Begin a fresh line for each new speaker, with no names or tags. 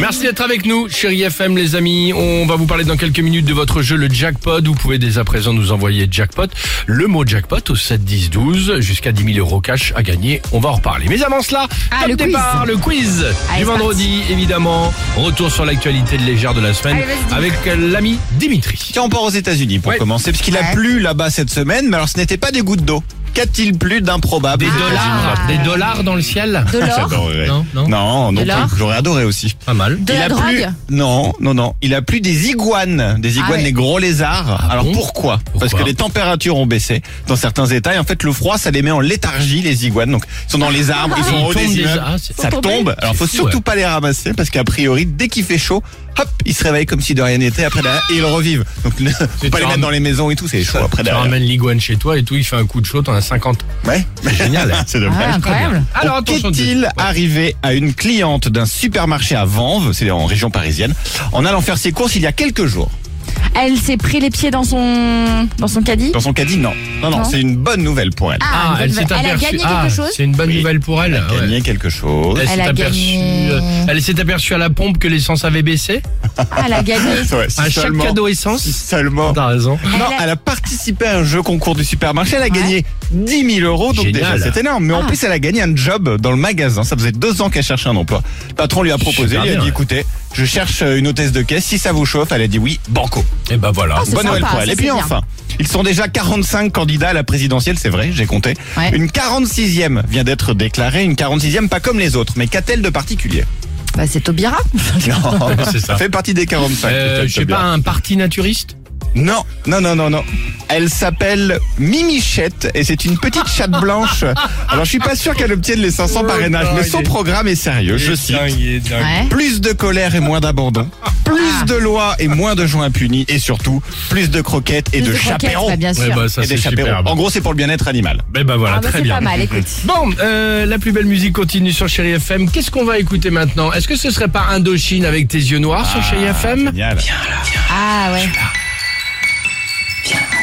Merci d'être avec nous, chérie FM, les amis. On va vous parler dans quelques minutes de votre jeu, le jackpot. Vous pouvez dès à présent nous envoyer jackpot, le mot jackpot au 7 10 12 jusqu'à 10 000 euros cash à gagner. On va en reparler. Mais avant cela,
Ah,
top
le quiz.
départ, le quiz
Allez,
du
c'est
vendredi, évidemment. Retour sur l'actualité de légère de la semaine
Allez, vas-y.
avec euh, l'ami Dimitri.
Tiens, on part aux États-Unis pour
Ouais.
commencer, parce qu'il a
Ouais.
plu là-bas cette semaine, mais alors ce n'était pas des gouttes d'eau. Qu'a-t-il plu d'improbable
Des
Ah.
aux
dollars, des dollars dans le ciel.
De l'or,
J'adorerais.
Non, non.
Non, non
De l'or
plus. J'aurais adoré aussi.
Pas mal.
de
il
la
a
drogue. Ah
plu. Non, non, non. Il a plu des iguanes. Des iguanes,
ouais.
les gros lézards. alors
Ah bon
pourquoi, Parce
Pourquoi
que les températures ont baissé dans certains états. Et en fait, le froid, ça les met en léthargie, les iguanes. Donc, ils sont dans les arbres, ils
Et
sont en
ils
haut
tombent
des
des-
immeubles.
ah, c'est-
ça
Faut tomber.
tombe. Alors, faut
C'est fou,
surtout
ouais.
pas les ramasser parce qu'a priori, dès qu'il fait chaud, hop, ils se réveillent comme si de rien n'était. Après, derrière, et ils revivent. Donc, ne- faut pas
tu
les
ram-
mettre dans les maisons et tout. C'est chaud après
Tu
derrière.
ramènes l'iguane chez toi et tout, il fait un coup de chaud, t'en as 50.
Ouais.
C'est génial.
C'est
Ah,
dommage.
incroyable.
Alors
Alors,
attention.
qu'est-il
Dieu.
arrivé à une cliente d'un supermarché à Vanves, c'est en région parisienne, en allant faire ses courses il y a quelques jours
Elle s'est pris les pieds dans son dans son caddie.
Dans son caddie, non. Non, non,
Non.
c'est une bonne nouvelle pour elle.
Ah,
une
elle
bonne
s'est
nouvelle. Elle a
aperçue.
gagné
Ah,
quelque chose.
C'est une bonne
Oui.
nouvelle pour elle. ouais.
Gagner quelque chose.
Elle
Elle
s'est
a
aperçue.
gagné.
euh, Elle s'est aperçue à la pompe que l'essence avait baissé.
Ah, elle a gagné.
Ouais, si
À chaque
seulement-
cadeau
si
essence.
Seulement.
T'as raison.
Elle
Non,
a-
elle a participé à un jeu concours du supermarché, elle a gagné 10 000 euros, donc
Génial.
déjà c'est énorme. Mais en
Ah.
plus, elle a gagné un job dans le magasin. Ça faisait deux ans qu'elle cherchait un emploi. Le patron lui a proposé,
Super
il a
bien,
dit
ouais.
écoutez, je cherche une hôtesse de caisse, si ça vous chauffe, elle a dit oui, banco.
Et ben voilà.
Ah, c'est
Bonne nouvelle
sympa,
pour elle.
ça,
Et puis
c'est bien.
enfin, ils sont déjà 45 candidats à la présidentielle, c'est vrai, j'ai compté.
Ouais.
Une 46e vient d'être déclarée, une 46e pas comme les autres. Mais qu'a-t-elle de particulier
Bah, c'est Taubira.
Non,
C'est ça.
ça fait partie des 45.
Euh,
peut-être,
je sais
bien.
pas, un parti naturiste
Non, non, non, non, non. Elle s'appelle Mimichette et c'est une petite chatte blanche. Alors je suis pas sûr qu'elle obtienne les 500 parrainages, mais son programme est sérieux, je cite.
Ouais.
Plus de colère et moins d'abandon. Plus de lois et moins de gens impunis. Et surtout, plus de croquettes et
Plus
de,
croquettes,
chaperons.
bah, bien sûr.
Ouais, bah, ça
et des
c'est
chaperons.
superbe.
En gros, c'est pour le bien-être animal.
Eh ben voilà,
Ah, bah,
très
c'est
bien.
pas mal, écoute.
Bon, euh, la plus belle musique continue sur Chéri FM. Qu'est-ce qu'on va écouter maintenant Est-ce que ce serait pas Indochine
Ah,
Hum. avec tes yeux noirs sur Chéri FM
Génial.
Ah ouais.
Viens,